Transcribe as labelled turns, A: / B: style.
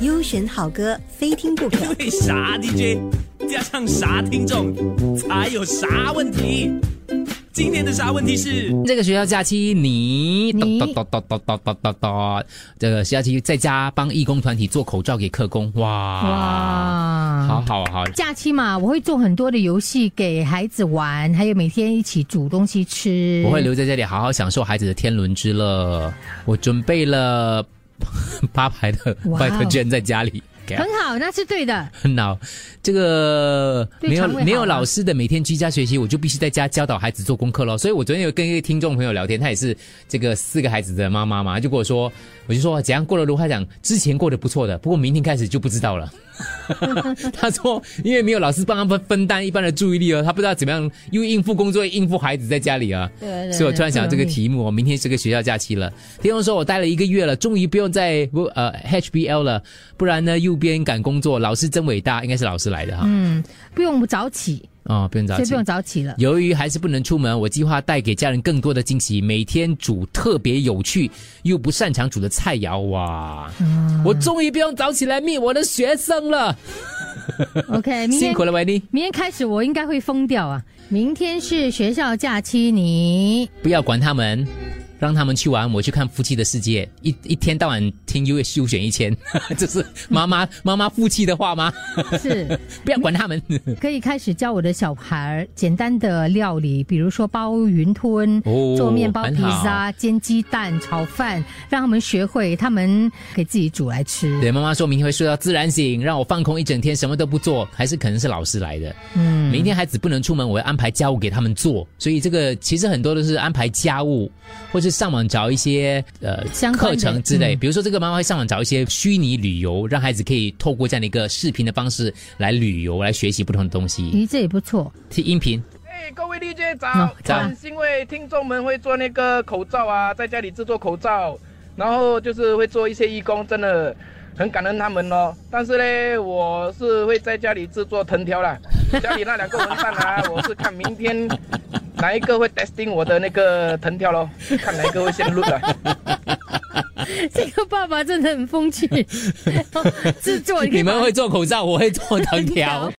A: 优选好歌，非听不可。
B: 为啥 DJ 加上啥听众才有啥问题？今天的啥问题是？
C: 这个学校假期你，
D: 你
C: 哒哒哒哒哒哒哒哒，这个学校假期在家帮义工团体做口罩给客工，哇
D: 哇，
C: 好好好，
D: 啊假期嘛，我会做很多的游戏给孩子玩，还有每天一起煮东西吃。
C: 我会留在这里好好享受孩子的天伦之乐。我准备了八排的
D: 哇哦
C: 外特券在家里。给他
D: 很好，那是对的。
C: 很恼，这个
D: 对
C: 没有
D: 肠胃好
C: 没有
D: 吗
C: 老师的每天居家学习，我就必须在家教导孩子做功课咯。所以我昨天有跟一个听众朋友聊天，他也是这个四个孩子的妈妈嘛，她就跟我说，我就说怎样过得如何？他讲之前过得不错的，不过明天开始就不知道了。 他说，因为没有老师帮他们分担一般的注意力哦，他不知道怎么样又应付工作，又应付孩子在家里啊。
D: 对对
C: 所以我突然想到这个
D: 不容易
C: 题目，我明天是个学校假期了。听众说我待了一个月了，终于不用再呃 HBL 了，不然呢右边赶工作，老师真伟大，应该是老师来的哈。
D: 嗯，不用早起，
C: 哦，不用早
D: 所以
C: 起
D: 不。用早起 了。
C: 由于还是不能出门，我计划带给家人更多的惊喜，每天煮特别有趣又不擅长煮的菜肴哇！
D: 嗯
C: 我终于不用早起来灭我的学生了，
D: OK，明
C: 辛
D: 天
C: 苦了维尼！
D: 明天开始我应该会疯掉啊！明天是学校假期，你
C: 不要管他们，让他们去玩，我去看夫妻的世界。一一天到晚听 U 休选一千， 这是妈妈妈妈夫妻的话吗？
D: 是
C: 不要管他 们。
D: 可以开始教我的小孩儿简单的料理，比如说包云吞、
C: 哦
D: 做面包、
C: 很
D: 披
C: 好
D: 萨、煎鸡蛋、炒饭，让他们学会，他们给自己煮来吃。
C: 对，妈妈说明天会睡到自然醒，让我放空一整天，什么都不做，还是可能是老师来的。
D: 嗯，
C: 明天孩子不能出门，我会安排家务给他们做。所以这个其实很多都是安排家务，或是上网找一些呃
D: 相关
C: 课
D: 的
C: 程之类。
D: 嗯
C: 比如说，这个妈妈会上网找一些虚拟旅游，让孩子可以透过这样的一个视频的方式来旅游，来学习不同的东西。
D: 咦，这也不错。
C: 听音频，
E: 哎，各位绿姐早
D: 嗯！
C: 早
E: 很欣慰听众们会做那个口罩啊，在家里制作口罩，然后就是会做一些义工，真的很感恩他们哦。但是嘞，我是会在家里制作藤条啦， 家里那两个蚊帐啊，我是看明天哪一个会 testing 我的那个藤条咯，看哪一个会先 look 啊。
D: 这个爸 爸真的很风趣，制作
C: 你们
D: 会。
C: 会做口罩，我会做藤条。